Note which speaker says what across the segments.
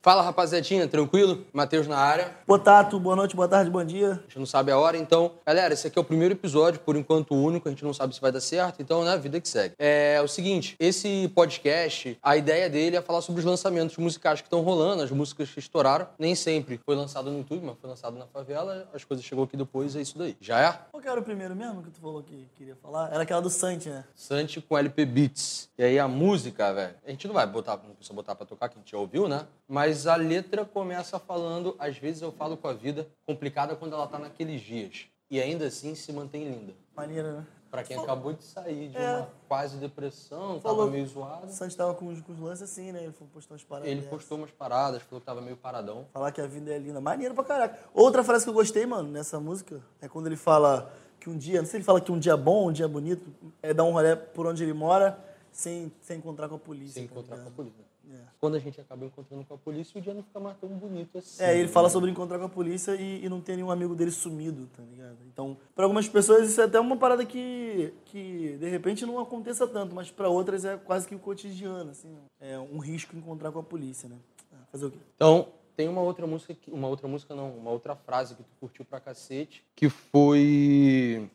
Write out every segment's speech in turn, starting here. Speaker 1: Fala rapaziadinha, tranquilo? Matheus na área.
Speaker 2: Potato, boa noite, boa tarde, bom dia.
Speaker 1: A gente não sabe a hora, então, galera, esse aqui é o primeiro episódio, por enquanto único, a gente não sabe se vai dar certo, então é a vida que segue. É, o seguinte, esse podcast, a ideia dele é falar sobre os lançamentos musicais que estão rolando, as músicas que estouraram. Nem sempre foi lançado no YouTube, mas foi lançado na favela, as coisas chegou aqui depois, é isso daí. Já é?
Speaker 2: Qual que era o primeiro mesmo que tu falou que queria falar? Era aquela do Santi, né?
Speaker 1: Santi com LP Beats. E aí a música, velho, a gente não vai botar, não precisa botar pra tocar, que a gente já ouviu, né? Mas a letra começa falando, às vezes eu falo com a vida, complicada quando ela tá naqueles dias. E ainda assim se mantém linda.
Speaker 2: Maneira, né?
Speaker 1: Pra quem acabou de sair de uma quase depressão,
Speaker 2: É. Falou.
Speaker 1: tava meio zoado.
Speaker 2: O Santi tava com uns, com uns lances assim, né? Ele postou umas paradas.
Speaker 1: Ele
Speaker 2: dessas.
Speaker 1: postou umas paradas, falou que tava meio paradão.
Speaker 2: Falar que a vida é linda. Maneiro pra caraca. Outra frase que eu gostei, mano, nessa música, é quando ele fala que um dia, não sei se ele fala que um dia bom, um dia bonito, é dar um rolê por onde ele mora sem, sem encontrar com a polícia.
Speaker 1: Sem
Speaker 2: tá
Speaker 1: encontrar com a
Speaker 2: ligado?
Speaker 1: polícia.
Speaker 2: É.
Speaker 1: Quando a gente acaba encontrando com a polícia, o dia não fica mais tão bonito assim.
Speaker 2: É, ele fala sobre encontrar com a polícia e, e não ter nenhum amigo dele sumido, tá ligado? Então, pra algumas pessoas isso é até uma parada que, que de repente não aconteça tanto, mas pra outras é quase que o cotidiano, assim, né? é um risco encontrar com a polícia, né? Ah, Fazer o quê?
Speaker 1: Então, tem uma outra música, que- uma outra música não, uma outra frase que tu curtiu pra cacete, que foi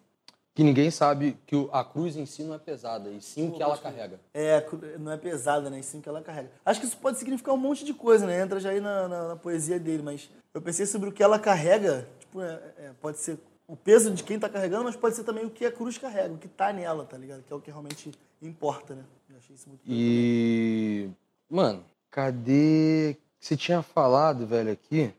Speaker 1: que ninguém sabe que o- a cruz em si não é pesada, e sim o que ela carrega.
Speaker 2: É, cru- não é pesada, né? Sim, que ela carrega. Acho que isso pode significar um monte de coisa, né? Entra já aí na, na- na poesia dele, mas eu pensei sobre o que ela carrega, tipo, é- é, pode ser o peso de quem tá carregando, mas pode ser também o que a cruz carrega, o que tá nela, tá ligado? Que é o que realmente importa, né? Eu achei isso muito
Speaker 1: E mano, cadê você tinha falado, velho, aqui?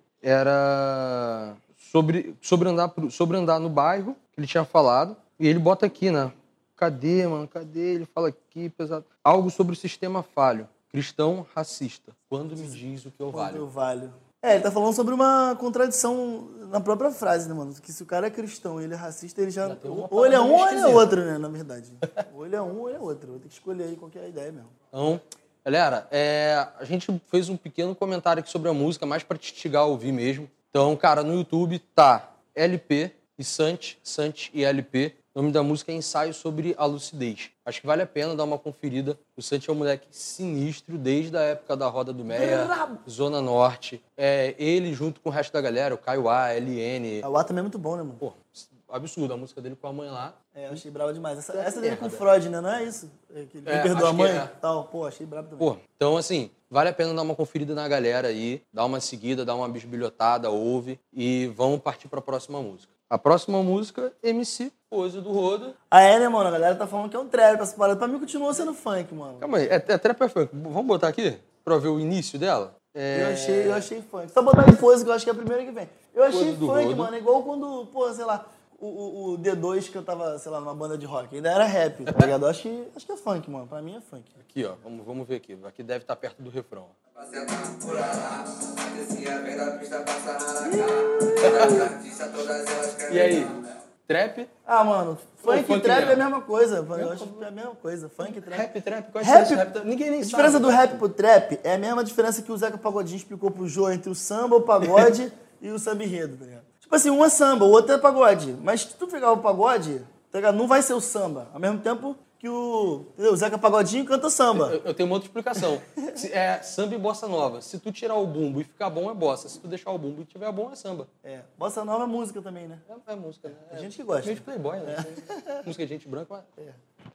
Speaker 1: Era sobre sobre andar pro- sobre andar no bairro, que ele tinha falado, e ele bota aqui, né? Cadê, mano? Cadê? Ele fala aqui, pesado. Algo sobre o sistema falho, cristão racista. Quando me diz o que eu
Speaker 2: Quanto
Speaker 1: valho?
Speaker 2: eu valho. É, ele tá falando sobre uma contradição na própria frase, né, mano? Que se o cara é cristão e ele é racista, ele já.
Speaker 1: Já tem uma
Speaker 2: ou ele é
Speaker 1: parada meio
Speaker 2: um ou ele é
Speaker 1: esquisita.
Speaker 2: outro, né? Na verdade. ou ele é um ou ele é outro. Vou ter que escolher aí qual que é a ideia mesmo.
Speaker 1: Então, galera, é, a gente fez um pequeno comentário aqui sobre a música, mais pra te instigar a ouvir mesmo. Então, cara, no YouTube tá LP e Santi, Santi e LP. O nome da música é Ensaio sobre a Lucidez. Acho que vale a pena dar uma conferida. O Santi é um moleque sinistro desde a época da Roda do Meia,
Speaker 2: Brabo!
Speaker 1: Zona Norte. É, ele junto com o resto da galera, o Caio A, LN.
Speaker 2: A Uá também é muito bom, né, mano?
Speaker 1: Pô, absurdo, a música dele com a mãe lá.
Speaker 2: É, eu achei brava demais. Essa, essa
Speaker 1: é,
Speaker 2: dele com o
Speaker 1: Roberto.
Speaker 2: Freud, né? Não é isso? É, que ele
Speaker 1: É,
Speaker 2: perdoa
Speaker 1: acho
Speaker 2: a
Speaker 1: que
Speaker 2: mãe
Speaker 1: é.
Speaker 2: e tal. Pô, achei bravo também.
Speaker 1: Pô, então assim, vale a pena dar uma conferida na galera aí, dar uma seguida, dar uma bisbilhotada, ouve e vamos partir pra próxima música. A próxima música, MC Pose do Rodo.
Speaker 2: Ah, é, né, mano? A galera tá falando que é um trap essa parada. Pra mim continua sendo funk, mano.
Speaker 1: Calma aí, é, é trap funk. Vamos botar aqui pra ver o início dela?
Speaker 2: Eu
Speaker 1: É...
Speaker 2: achei, eu achei funk. Só botar em pose, que eu acho que é a primeira que vem. Eu achei
Speaker 1: Pose do
Speaker 2: funk,
Speaker 1: Rodo.
Speaker 2: mano. É igual quando, pô, sei lá, o, o, o D2 que eu tava, sei lá, numa banda de rock. Ainda era rap, tá ligado? Eu acho que, acho que é funk, mano. Pra mim é funk.
Speaker 1: Aqui, ó, vamos, vamos ver aqui. Aqui deve estar perto do refrão.
Speaker 3: Fazenda por lá, descia a velha pista passar na cara. Todas as artistas, todas elas querem.
Speaker 1: E aí? Trap?
Speaker 2: Ah, mano, funk e
Speaker 1: funk
Speaker 2: trap
Speaker 1: mesmo.
Speaker 2: é a mesma coisa. mano. Eu acho que é a mesma coisa. Funk e trap.
Speaker 1: Rap, trap? Qual é a
Speaker 2: Rap-
Speaker 1: diferença do rap? Ninguém nem
Speaker 2: A
Speaker 1: sabe. né?
Speaker 2: diferença do rap pro trap é a mesma diferença que o Zeca Pagodinho explicou pro Jô entre o samba, o pagode e o samba enredo, tá ligado? Tipo assim, um é samba, o outro é pagode. Mas se tu pegar o pagode, tá ligado? Não vai ser o samba. Ao mesmo tempo que o, entendeu? o Zeca Pagodinho canta samba.
Speaker 1: Eu, eu tenho uma outra explicação. Se- é samba e bossa nova. Se tu tirar o bumbo e ficar bom, é bossa. Se tu deixar o bumbo e tiver bom, é samba.
Speaker 2: É, bossa nova é música também, né?
Speaker 1: É, é música, né?
Speaker 2: Tem gente que gosta.
Speaker 1: Meio de playboy, né?
Speaker 2: É.
Speaker 1: Música de gente branca, mas...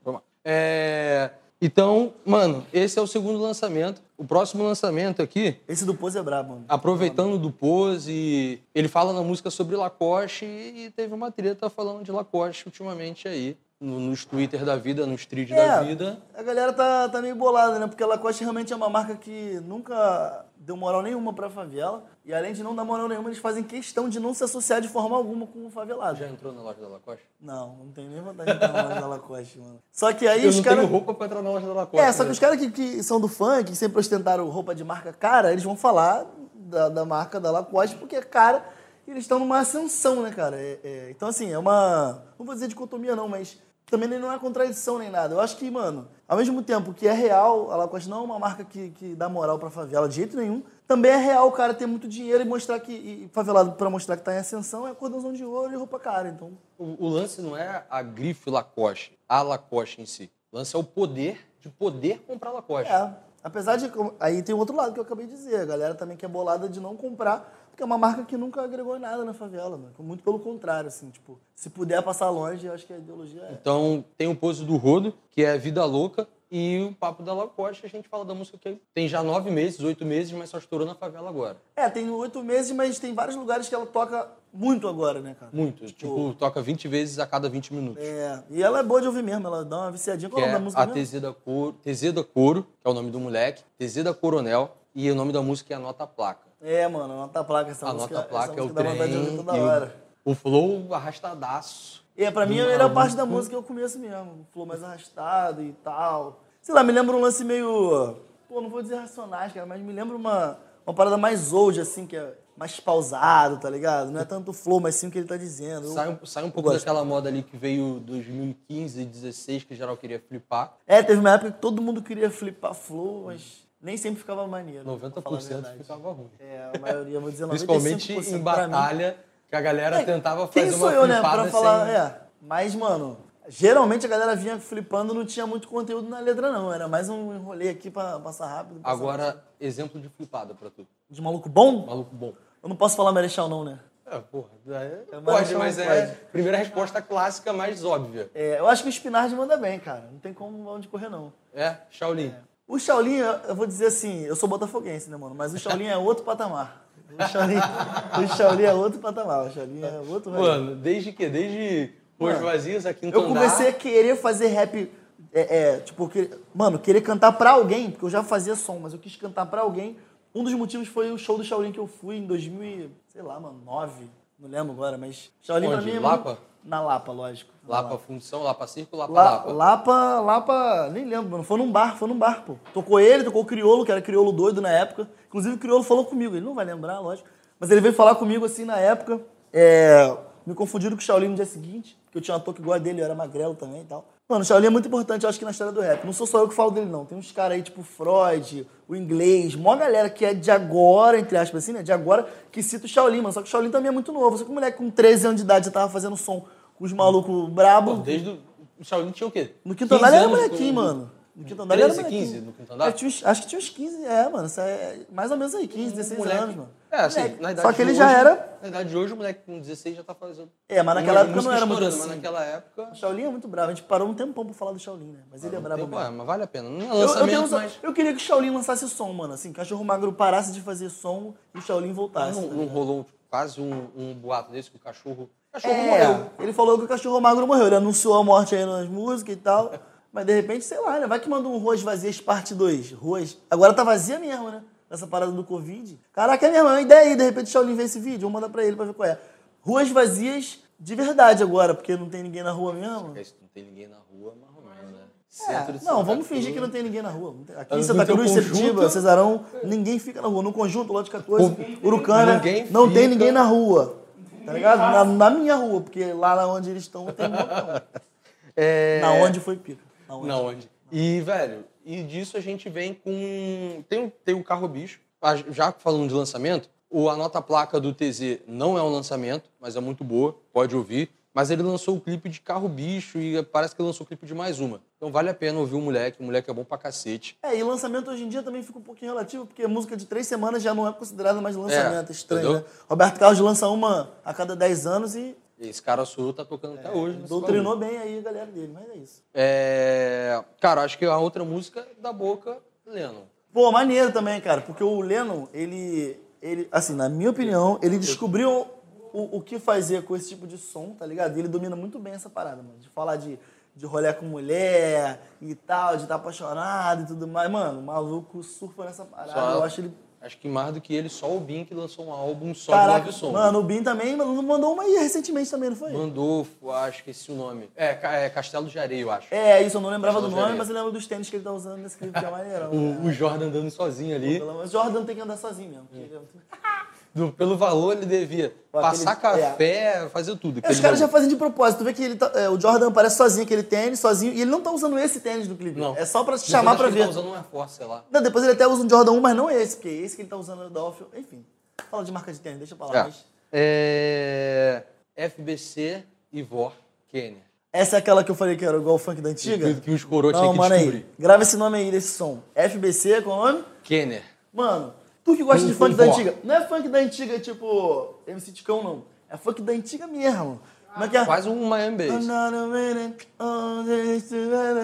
Speaker 1: Vamos lá. É, Então, mano, esse é o segundo lançamento. O próximo lançamento aqui,
Speaker 2: Esse do Pose é brabo, mano.
Speaker 1: aproveitando do Pose, ele fala na música sobre Lacoste e e teve uma treta falando de Lacoste ultimamente aí. no- Nos Twitter da vida, nos threads da vida.
Speaker 2: É, A galera tá, tá meio bolada, né? Porque a Lacoste realmente é uma marca que nunca deu moral nenhuma pra favela. E além de não dar moral nenhuma, eles fazem questão de não se associar de forma alguma com o favelado.
Speaker 1: Já entrou na loja da Lacoste?
Speaker 2: Não, não tenho nem vontade de entrar na loja da Lacoste, mano. Só que aí
Speaker 1: Eu
Speaker 2: os
Speaker 1: não
Speaker 2: caras.
Speaker 1: tenho roupa pra entrar na loja da Lacoste.
Speaker 2: É, só que
Speaker 1: né?
Speaker 2: os caras que, que são do funk, que sempre ostentaram roupa de marca cara, eles vão falar da, da marca da Lacoste, porque é cara e eles estão numa ascensão, né, cara? É- é, então, assim, é uma. Não vou dizer dicotomia, não, mas também não é contradição nem nada. Eu acho que, mano, ao mesmo tempo que é real, a Lacoste não é uma marca que, que dá moral pra favela de jeito nenhum. Também é real o cara ter muito dinheiro e mostrar que. E favelado pra mostrar que tá em ascensão é cordãozão de ouro e roupa cara. Então,
Speaker 1: O, o lance não é a grife Lacoste, a Lacoste em si. O lance é o poder de poder comprar Lacoste.
Speaker 2: É. Apesar de. como- Aí tem o outro lado que eu acabei de dizer. A galera também que é bolada de não comprar, porque é uma marca que nunca agregou nada na favela, mano. Muito pelo contrário, assim, tipo, se puder passar longe, eu acho que a ideologia é.
Speaker 1: Então tem o Pose do Rodo, que é Vida Louca, e o Papo da Lacoste, a gente fala da música que tem já nove meses, oito meses, mas só estourou na favela agora.
Speaker 2: É, tem oito meses, mas tem vários lugares que ela toca muito agora, né, cara?
Speaker 1: Muito. Tipo, toca 20 vezes a cada 20 minutos.
Speaker 2: É. E ela é boa de ouvir mesmo, ela dá uma viciadinha. Qual
Speaker 1: que
Speaker 2: é o
Speaker 1: é
Speaker 2: nome da música
Speaker 1: a
Speaker 2: mesmo?
Speaker 1: Tezeda Coro, Tezeda Coro, que é o nome do moleque, Tezeda Coronel, e o nome da música é Anota a Placa.
Speaker 2: É, mano, anota Então, a placa essa
Speaker 1: A
Speaker 2: música.
Speaker 1: Anota a Placa
Speaker 2: essa
Speaker 1: é o
Speaker 2: música dá
Speaker 1: trem,
Speaker 2: vontade de ouvir toda
Speaker 1: e o-
Speaker 2: hora.
Speaker 1: o flow arrastadaço.
Speaker 2: É, pra mim a
Speaker 1: Do
Speaker 2: melhor parte
Speaker 1: maluco.
Speaker 2: da música é o começo mesmo. O flow mais arrastado e tal. Sei lá, me lembra um lance meio. Pô, não vou dizer racionais, cara, mas me lembra uma, uma parada mais old, assim, que é mais pausado, tá ligado? Não é tanto o flow, mas sim o que ele tá dizendo. Eu-
Speaker 1: Sai, um- sai um pouco
Speaker 2: gosto.
Speaker 1: daquela moda ali que veio 2015 e 2016, que geral queria flipar.
Speaker 2: É, teve uma época que todo mundo queria flipar flow, mas nem sempre ficava maneiro. pra falar a
Speaker 1: 90%
Speaker 2: verdade.
Speaker 1: ficava ruim.
Speaker 2: É, a maioria, vou dizer 95%
Speaker 1: Principalmente em
Speaker 2: pra mim.
Speaker 1: batalha, que a galera
Speaker 2: É,
Speaker 1: tentava
Speaker 2: quem
Speaker 1: fazer
Speaker 2: sou
Speaker 1: uma
Speaker 2: eu, né,
Speaker 1: flipada
Speaker 2: pra falar,
Speaker 1: sem...
Speaker 2: é. Mas, mano, geralmente a galera vinha flipando, não tinha muito conteúdo na letra, não. Era mais um enrolê aqui pra passar rápido. passar rápido.
Speaker 1: Agora, exemplo de flipada pra tu.
Speaker 2: De maluco bom?
Speaker 1: Maluco bom.
Speaker 2: Eu não posso falar Marechal, não, né?
Speaker 1: É, porra, é,
Speaker 2: É, mas
Speaker 1: pode,
Speaker 2: isso não
Speaker 1: mas é
Speaker 2: pode.
Speaker 1: primeira resposta clássica mais óbvia.
Speaker 2: É, eu acho que o Spinard manda bem, cara. Não tem como onde correr, não.
Speaker 1: É, Shaolin.
Speaker 2: O Shaolin, eu eu vou dizer assim, eu sou botafoguense, né, mano? Mas o Shaolin é outro patamar. O Shaolin, o Shaolin é outro patamar. O Shaolin é outro...
Speaker 1: Mano, desde que? Desde Ruas
Speaker 2: Mano,
Speaker 1: Vazias, aqui no
Speaker 2: Eu comecei a querer fazer rap. É, é, tipo, que- mano, querer cantar pra alguém, porque eu já fazia som, mas eu quis cantar pra alguém. Um dos motivos foi o show do Shaolin que eu fui em 2000, e, sei lá, mano, 9, não lembro agora, mas Shaolin pra
Speaker 1: Onde?
Speaker 2: mim é
Speaker 1: Lapa?
Speaker 2: muito- Na Lapa, lógico. Na
Speaker 1: Lapa Função, Lapa Círculo, Lapa
Speaker 2: La-
Speaker 1: Lapa.
Speaker 2: Lapa, Lapa, nem lembro, mano. Foi num bar, foi num bar, pô. Tocou ele, tocou o Criolo, que era Criolo doido na época. Inclusive, o Criolo falou comigo, ele não vai lembrar, lógico. Mas ele veio falar comigo assim na época. É, me confundiram com o Shaolin no dia seguinte, porque eu tinha uma touca igual a dele, eu era magrelo também e tal. Mano, o Shaolin é muito importante, eu acho que na história do rap. Não sou só eu que falo dele, não. Tem uns caras aí, tipo Freud, o inglês, mó galera que é de agora, entre aspas, assim, né? De agora, que cita o Shaolin, mano. Só que o Shaolin também é muito novo. Só que o moleque com 13 anos de idade já tava fazendo som com os malucos brabo.
Speaker 1: Pô, Desde o... o Shaolin tinha o quê?
Speaker 2: No quinto andar ele era
Speaker 1: 15 anos
Speaker 2: molequinho,
Speaker 1: do-
Speaker 2: mano. No quinto andar ele era
Speaker 1: 13,
Speaker 2: molequinho.
Speaker 1: 15 no quinto andar?
Speaker 2: É, tinha uns- acho que tinha uns 15, é, mano. Isso é mais ou menos aí, 15, 16
Speaker 1: moleque.
Speaker 2: anos, mano.
Speaker 1: É, assim,
Speaker 2: Moleque.
Speaker 1: na idade
Speaker 2: Só que ele
Speaker 1: de
Speaker 2: já
Speaker 1: hoje-
Speaker 2: era.
Speaker 1: Na idade de hoje, o moleque com 16 já tá fazendo.
Speaker 2: É, mas naquela
Speaker 1: uma
Speaker 2: época
Speaker 1: música
Speaker 2: não era muito
Speaker 1: estourando,
Speaker 2: assim.
Speaker 1: Mas naquela época.
Speaker 2: O Shaolin é muito bravo. A gente parou um tempão pra falar do Shaolin, né? Mas ele é brabo
Speaker 1: Tem-
Speaker 2: mesmo.
Speaker 1: ué, mas vale a pena. Não um é
Speaker 2: Eu, eu,
Speaker 1: lançamento,
Speaker 2: tenho um-
Speaker 1: mas.
Speaker 2: eu queria que o Shaolin lançasse som, mano. Assim, Cachorro Magro parasse de fazer som e o Shaolin voltasse.
Speaker 1: Não,
Speaker 2: tá
Speaker 1: não
Speaker 2: ligado?
Speaker 1: rolou tipo, quase um, um boato desse que o cachorro. O cachorro
Speaker 2: É,
Speaker 1: morreu.
Speaker 2: ele falou que o cachorro magro morreu. Ele anunciou a morte aí nas músicas e tal. Mas de repente, sei lá, né? Vai que manda um Ruas Vazias parte 2. Ruas. Agora tá vazia mesmo, né? Essa parada do Covid. Caraca, é mesmo, é uma ideia aí. De repente o Shaolin vê esse vídeo. Vou mandar pra ele pra ver qual é. Ruas vazias de verdade agora, porque não tem ninguém na rua mesmo.
Speaker 1: Porque isso Não tem ninguém na rua, mas ou menos, né?
Speaker 2: É,
Speaker 1: Centro de
Speaker 2: não,
Speaker 1: Santa
Speaker 2: vamos
Speaker 1: Cruz.
Speaker 2: fingir que não tem ninguém na rua. Aqui em
Speaker 1: No
Speaker 2: Santa
Speaker 1: teu
Speaker 2: Cruz,
Speaker 1: um conjunto-
Speaker 2: Septiba, Cesarão, um, ninguém fica na rua. No conjunto, Lote 14, Urucana,
Speaker 1: Ninguém
Speaker 2: não
Speaker 1: fica.
Speaker 2: tem ninguém na rua. Tá ligado? Na, na minha rua, porque lá onde eles estão tem um botão.
Speaker 1: É,
Speaker 2: Na onde foi pica. Na onde.
Speaker 1: Não, onde? E, velho, e disso a gente vem com. Tem, o- tem o carro bicho. Ah, Já falando de lançamento, o Anota Placa do TZ não é um lançamento, mas é muito boa, pode ouvir. Mas ele lançou o clipe de Carro Bicho e parece que lançou o clipe de mais uma. Então vale a pena ouvir o moleque, o moleque é bom pra cacete.
Speaker 2: É, e lançamento hoje em dia também fica um pouquinho relativo, porque música de três semanas já não é considerada mais lançamento.
Speaker 1: É,
Speaker 2: estranho,
Speaker 1: entendeu?
Speaker 2: né? Roberto Carlos lança uma a cada 10 anos e
Speaker 1: Esse cara surou tá tocando até hoje. nesse
Speaker 2: É, doutrinou
Speaker 1: bagulho.
Speaker 2: bem aí a galera dele, mas é isso.
Speaker 1: É... Cara, acho que a outra música é da boca, Lennon.
Speaker 2: Pô, maneiro também, cara, porque o Lennon, ele, ele assim, na minha opinião, ele descobriu o, o que fazer com esse tipo de som, tá ligado? E ele domina muito bem essa parada, mano, de falar de, de rolê com mulher e tal, de estar apaixonado e tudo mais. Mano, o maluco surfa nessa parada,
Speaker 1: Só-
Speaker 2: eu acho ele...
Speaker 1: Acho que mais do que ele, só o Bin que lançou um álbum só de
Speaker 2: Caraca,
Speaker 1: nove sons.
Speaker 2: mano, o Bin também mano, mandou uma aí recentemente também, não foi?
Speaker 1: Mandolfo, acho que esse o nome. É, Ca- é Castelo de Areia, eu acho.
Speaker 2: É, isso, eu não lembrava do
Speaker 1: Não,
Speaker 2: nome,
Speaker 1: já
Speaker 2: mas eu lembro dos tênis que ele tá usando nesse clipe, que é maneirão.
Speaker 1: O, o Jordan andando sozinho ali.
Speaker 2: Pelo menos Jordan tem que andar sozinho mesmo. porque ele é-
Speaker 1: do- pelo valor, ele devia passar
Speaker 2: aquele-
Speaker 1: café, fazer tudo.
Speaker 2: É, os
Speaker 1: aquele
Speaker 2: caras já
Speaker 1: maluco.
Speaker 2: fazem de propósito. Tu vê que ele tá- é, o Jordan aparece sozinho, aquele tênis, sozinho. E ele não tá usando esse tênis no clipe.
Speaker 1: Não.
Speaker 2: É só pra te
Speaker 1: Depois
Speaker 2: chamar
Speaker 1: acho
Speaker 2: pra
Speaker 1: que ele
Speaker 2: ver.
Speaker 1: Tá usando uma força, sei lá.
Speaker 2: Não, depois ele até usa um Jordan 1, mas não esse, porque esse que ele tá usando é o da Off. Enfim, fala de marca de É. tênis, deixa pra lá.
Speaker 1: É.
Speaker 2: mas-
Speaker 1: É, FBC, Ivor, Kenner.
Speaker 2: Essa é aquela que eu falei que era igual o funk da antiga?
Speaker 1: Que- que os coroa
Speaker 2: Não,
Speaker 1: tinha que
Speaker 2: mano, aí.
Speaker 1: descobrir.
Speaker 2: Grava esse nome aí desse som. FBC, qual o nome?
Speaker 1: Kenner.
Speaker 2: Mano, tu que gosta
Speaker 1: Um-
Speaker 2: de funk
Speaker 1: um
Speaker 2: da
Speaker 1: rock.
Speaker 2: antiga. Não é funk da antiga, tipo, MC Ticão, não. É funk da antiga mesmo. Como é que é?
Speaker 1: Quase um Miami
Speaker 2: I'm
Speaker 1: Bass.
Speaker 2: not a minute on this,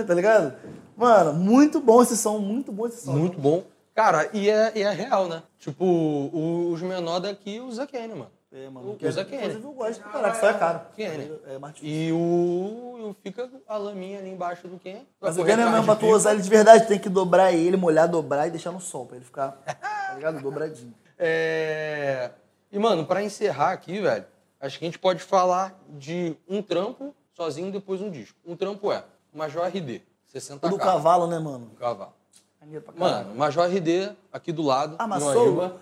Speaker 2: Tá ligado? Mano, muito bom esse som, muito bom esse som.
Speaker 1: Muito bom. Cara, e é, e é real, né? Tipo, o- os menor daqui usa Kenner, mano.
Speaker 2: É, mano.
Speaker 1: O-
Speaker 2: que-
Speaker 1: usa Kenner.
Speaker 2: Inclusive eu gosto pra caraca, só é caro.
Speaker 1: Kenner.
Speaker 2: É, mais difícil.
Speaker 1: E o. e o- fica a laminha ali embaixo do Kenner. Pra
Speaker 2: Mas o é
Speaker 1: correr
Speaker 2: Kenner
Speaker 1: atrás
Speaker 2: mesmo,
Speaker 1: de
Speaker 2: pra tu
Speaker 1: pico.
Speaker 2: usar ele de verdade, tem que dobrar ele, molhar, dobrar e deixar no sol, pra ele ficar, tá ligado? Dobradinho.
Speaker 1: É... E, mano, pra encerrar aqui, velho, acho que a gente pode falar de um trampo sozinho depois um disco. Um trampo é Major RD, 60
Speaker 2: O do cavalo, né, mano?
Speaker 1: cavalo.
Speaker 2: Maneiro pra caralho.
Speaker 1: Mano, Major RD aqui do lado.
Speaker 2: Amassou?
Speaker 1: no Aíba.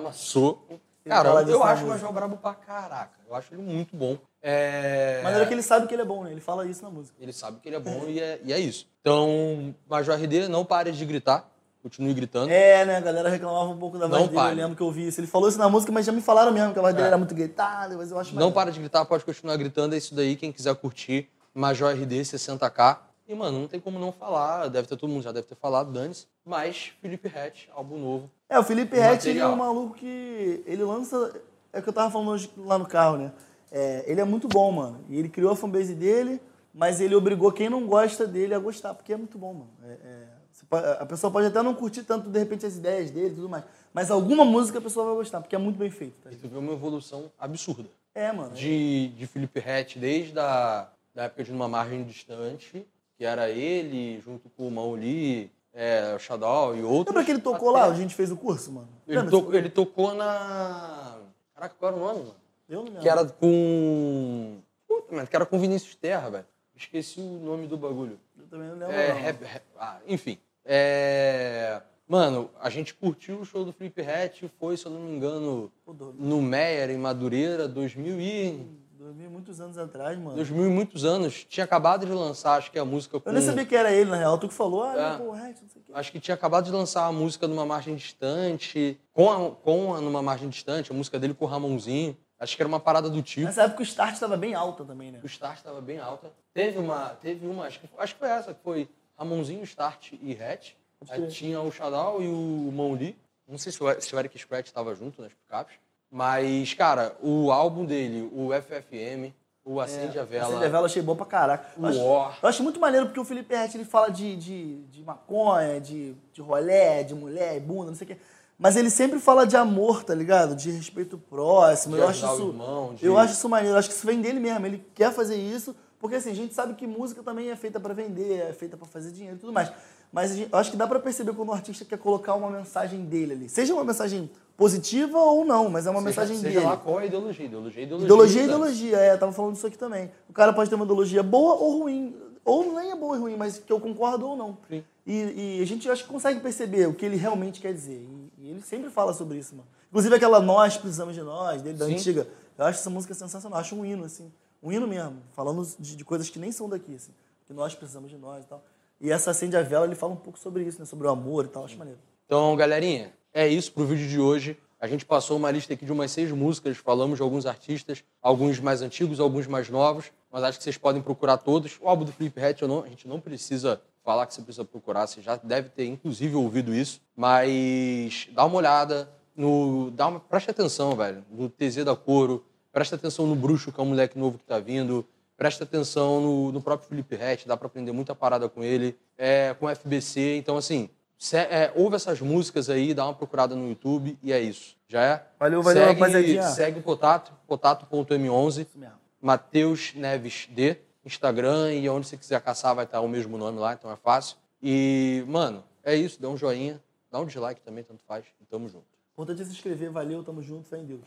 Speaker 1: Amassou.
Speaker 2: Ele
Speaker 1: Cara,
Speaker 2: fala
Speaker 1: eu,
Speaker 2: disso na
Speaker 1: acho o
Speaker 2: música.
Speaker 1: Major brabo pra caraca. Eu acho ele muito bom. É...
Speaker 2: Maneiro que ele sabe que ele é bom, né? Ele fala isso na música.
Speaker 1: Ele sabe que ele é bom e é, e é isso. Então, Major RD, não pare de gritar. Continue gritando.
Speaker 2: É, né? A galera reclamava um pouco da voz
Speaker 1: Não
Speaker 2: dele,
Speaker 1: pare.
Speaker 2: eu lembro que eu ouvi isso. Ele falou isso na música, mas já me falaram mesmo que a voz dele era muito gritada, mas eu acho
Speaker 1: Não
Speaker 2: maneiro.
Speaker 1: para de gritar, pode continuar gritando, é isso daí. Quem quiser curtir, Major RD 60K. E, mano, não tem como não falar, deve ter todo mundo já deve ter falado, dane-se. Mas Felipe Hatch, álbum novo.
Speaker 2: É, o Felipe Rett, ele é
Speaker 1: Material.
Speaker 2: um maluco que. Ele lança. É o que eu tava falando hoje lá no carro, né? É, ele é muito bom, mano. E ele criou a fanbase dele, mas ele obrigou quem não gosta dele a gostar, porque é muito bom, mano. É, é, você po- a pessoa pode até não curtir tanto, de repente, as ideias dele e tudo mais. Mas alguma música a pessoa vai gostar, porque é muito bem feito. Tá?
Speaker 1: E tu vê uma evolução absurda
Speaker 2: É, mano.
Speaker 1: de, de Felipe Hatch desde a da época de Uma Margem Distante, que era ele, junto com o Mauli, é, o Shadow e outros.
Speaker 2: Lembra que ele tocou
Speaker 1: Até-
Speaker 2: lá, onde a gente fez o curso, mano?
Speaker 1: Ele,
Speaker 2: Lembra?
Speaker 1: to- ele tocou na... Caraca, qual era o nome, mano?
Speaker 2: Eu não lembro.
Speaker 1: Que era com. Puta, mano, que era com Vinícius Terra, velho. Esqueci o nome do bagulho.
Speaker 2: Eu também não lembro.
Speaker 1: É,
Speaker 2: não.
Speaker 1: rap- rap- ah, enfim. É, Mano, a gente curtiu o show do Flip Hat, foi, se eu não me engano,
Speaker 2: Pô, dormi,
Speaker 1: no Meyer, em Madureira, 2000 e.
Speaker 2: dormi muitos anos atrás, mano.
Speaker 1: 2000 e muitos anos. Tinha acabado de lançar, acho que a música com.
Speaker 2: Eu nem sabia que era ele, na real. Tu que falou, ah,
Speaker 1: É.
Speaker 2: não, pô, Rett, não sei o quê.
Speaker 1: Acho que tinha acabado de lançar a música numa margem distante, com a, com a numa margem distante, a música dele com o Ramonzinho. Acho que era uma parada do tipo.
Speaker 2: Nessa época o start tava bem alta também, né?
Speaker 1: O start estava bem alta. Teve uma, teve uma acho, que, acho que foi essa, que foi Ramonzinho, Start e Hatch. Aí tinha o Shadow e o Monli. Não sei se o, se o Eric Scratch estava junto né, nas picapes. Mas, cara, o álbum dele, o FFM, o Acende a Vela.
Speaker 2: Essa É, Vela eu achei bom pra caraca. Eu acho,
Speaker 1: Uó.
Speaker 2: eu acho muito maneiro porque o Felipe Rett, ele fala de, de, de maconha, de, de rolé, de mulher, bunda, não sei o quê. Mas ele sempre fala de amor, tá ligado? De respeito próximo.
Speaker 1: De
Speaker 2: eu acho
Speaker 1: ajudar o
Speaker 2: isso.
Speaker 1: irmão, de-
Speaker 2: Eu acho isso maneiro. Eu acho que isso vem dele mesmo. Ele quer fazer isso, porque assim, a gente sabe que música também é feita pra vender, é feita pra fazer dinheiro e tudo mais. Mas a gente- eu acho que dá pra perceber quando o artista quer colocar uma mensagem dele ali. Seja uma mensagem positiva ou não, mas é uma
Speaker 1: Seja-
Speaker 2: mensagem
Speaker 1: seja
Speaker 2: dele.
Speaker 1: lá qual a ideologia. Ideologia, ideologia.
Speaker 2: Ideologia é
Speaker 1: né?
Speaker 2: ideologia, é, eu tava falando disso aqui também. O cara pode ter uma ideologia boa ou ruim. Ou nem é boa e ruim, mas que eu concordo ou não.
Speaker 1: Sim.
Speaker 2: E, e a gente acho que consegue perceber o que ele realmente quer dizer. E, e ele sempre fala sobre isso, mano. Inclusive aquela Nós Precisamos de Nós, dele, da
Speaker 1: Sim.
Speaker 2: antiga. Eu acho essa música sensacional, eu acho um hino, assim. Um hino mesmo, falando de, de coisas que nem são daqui, assim. Que nós precisamos de nós e tal. E essa Acende a Vela, ele fala um pouco sobre isso, né? Sobre o amor e tal, acho maneiro.
Speaker 1: Então, galerinha, é isso pro vídeo de hoje. A gente passou uma lista aqui de umas seis músicas, falamos de alguns artistas, alguns mais antigos, alguns mais novos, mas acho que vocês podem procurar todos. O álbum do Felipe Rett, eu não, a gente não precisa falar que você precisa procurar, você já deve ter, inclusive, ouvido isso, mas dá uma olhada, no, dá uma, preste atenção, velho, no TZ da Coro, presta atenção no Bruxo, que é um moleque novo que tá vindo, Presta atenção no, no próprio Felipe Rett, dá pra aprender muita parada com ele, é, com o FBC. Então, assim, se- é, ouve essas músicas aí, dá uma procurada no YouTube e é isso. Já é?
Speaker 2: Valeu, valeu,
Speaker 1: segue,
Speaker 2: rapaziadinha.
Speaker 1: Segue o Potato, potato.m11,
Speaker 2: Isso mesmo.
Speaker 1: Matheus Neves D, Instagram e onde você quiser caçar vai estar o mesmo nome lá, então é fácil. E, mano, é isso, dá um joinha, dá um dislike também, tanto faz, e tamo junto.
Speaker 2: Importante é se inscrever, valeu, tamo junto, fé em Deus.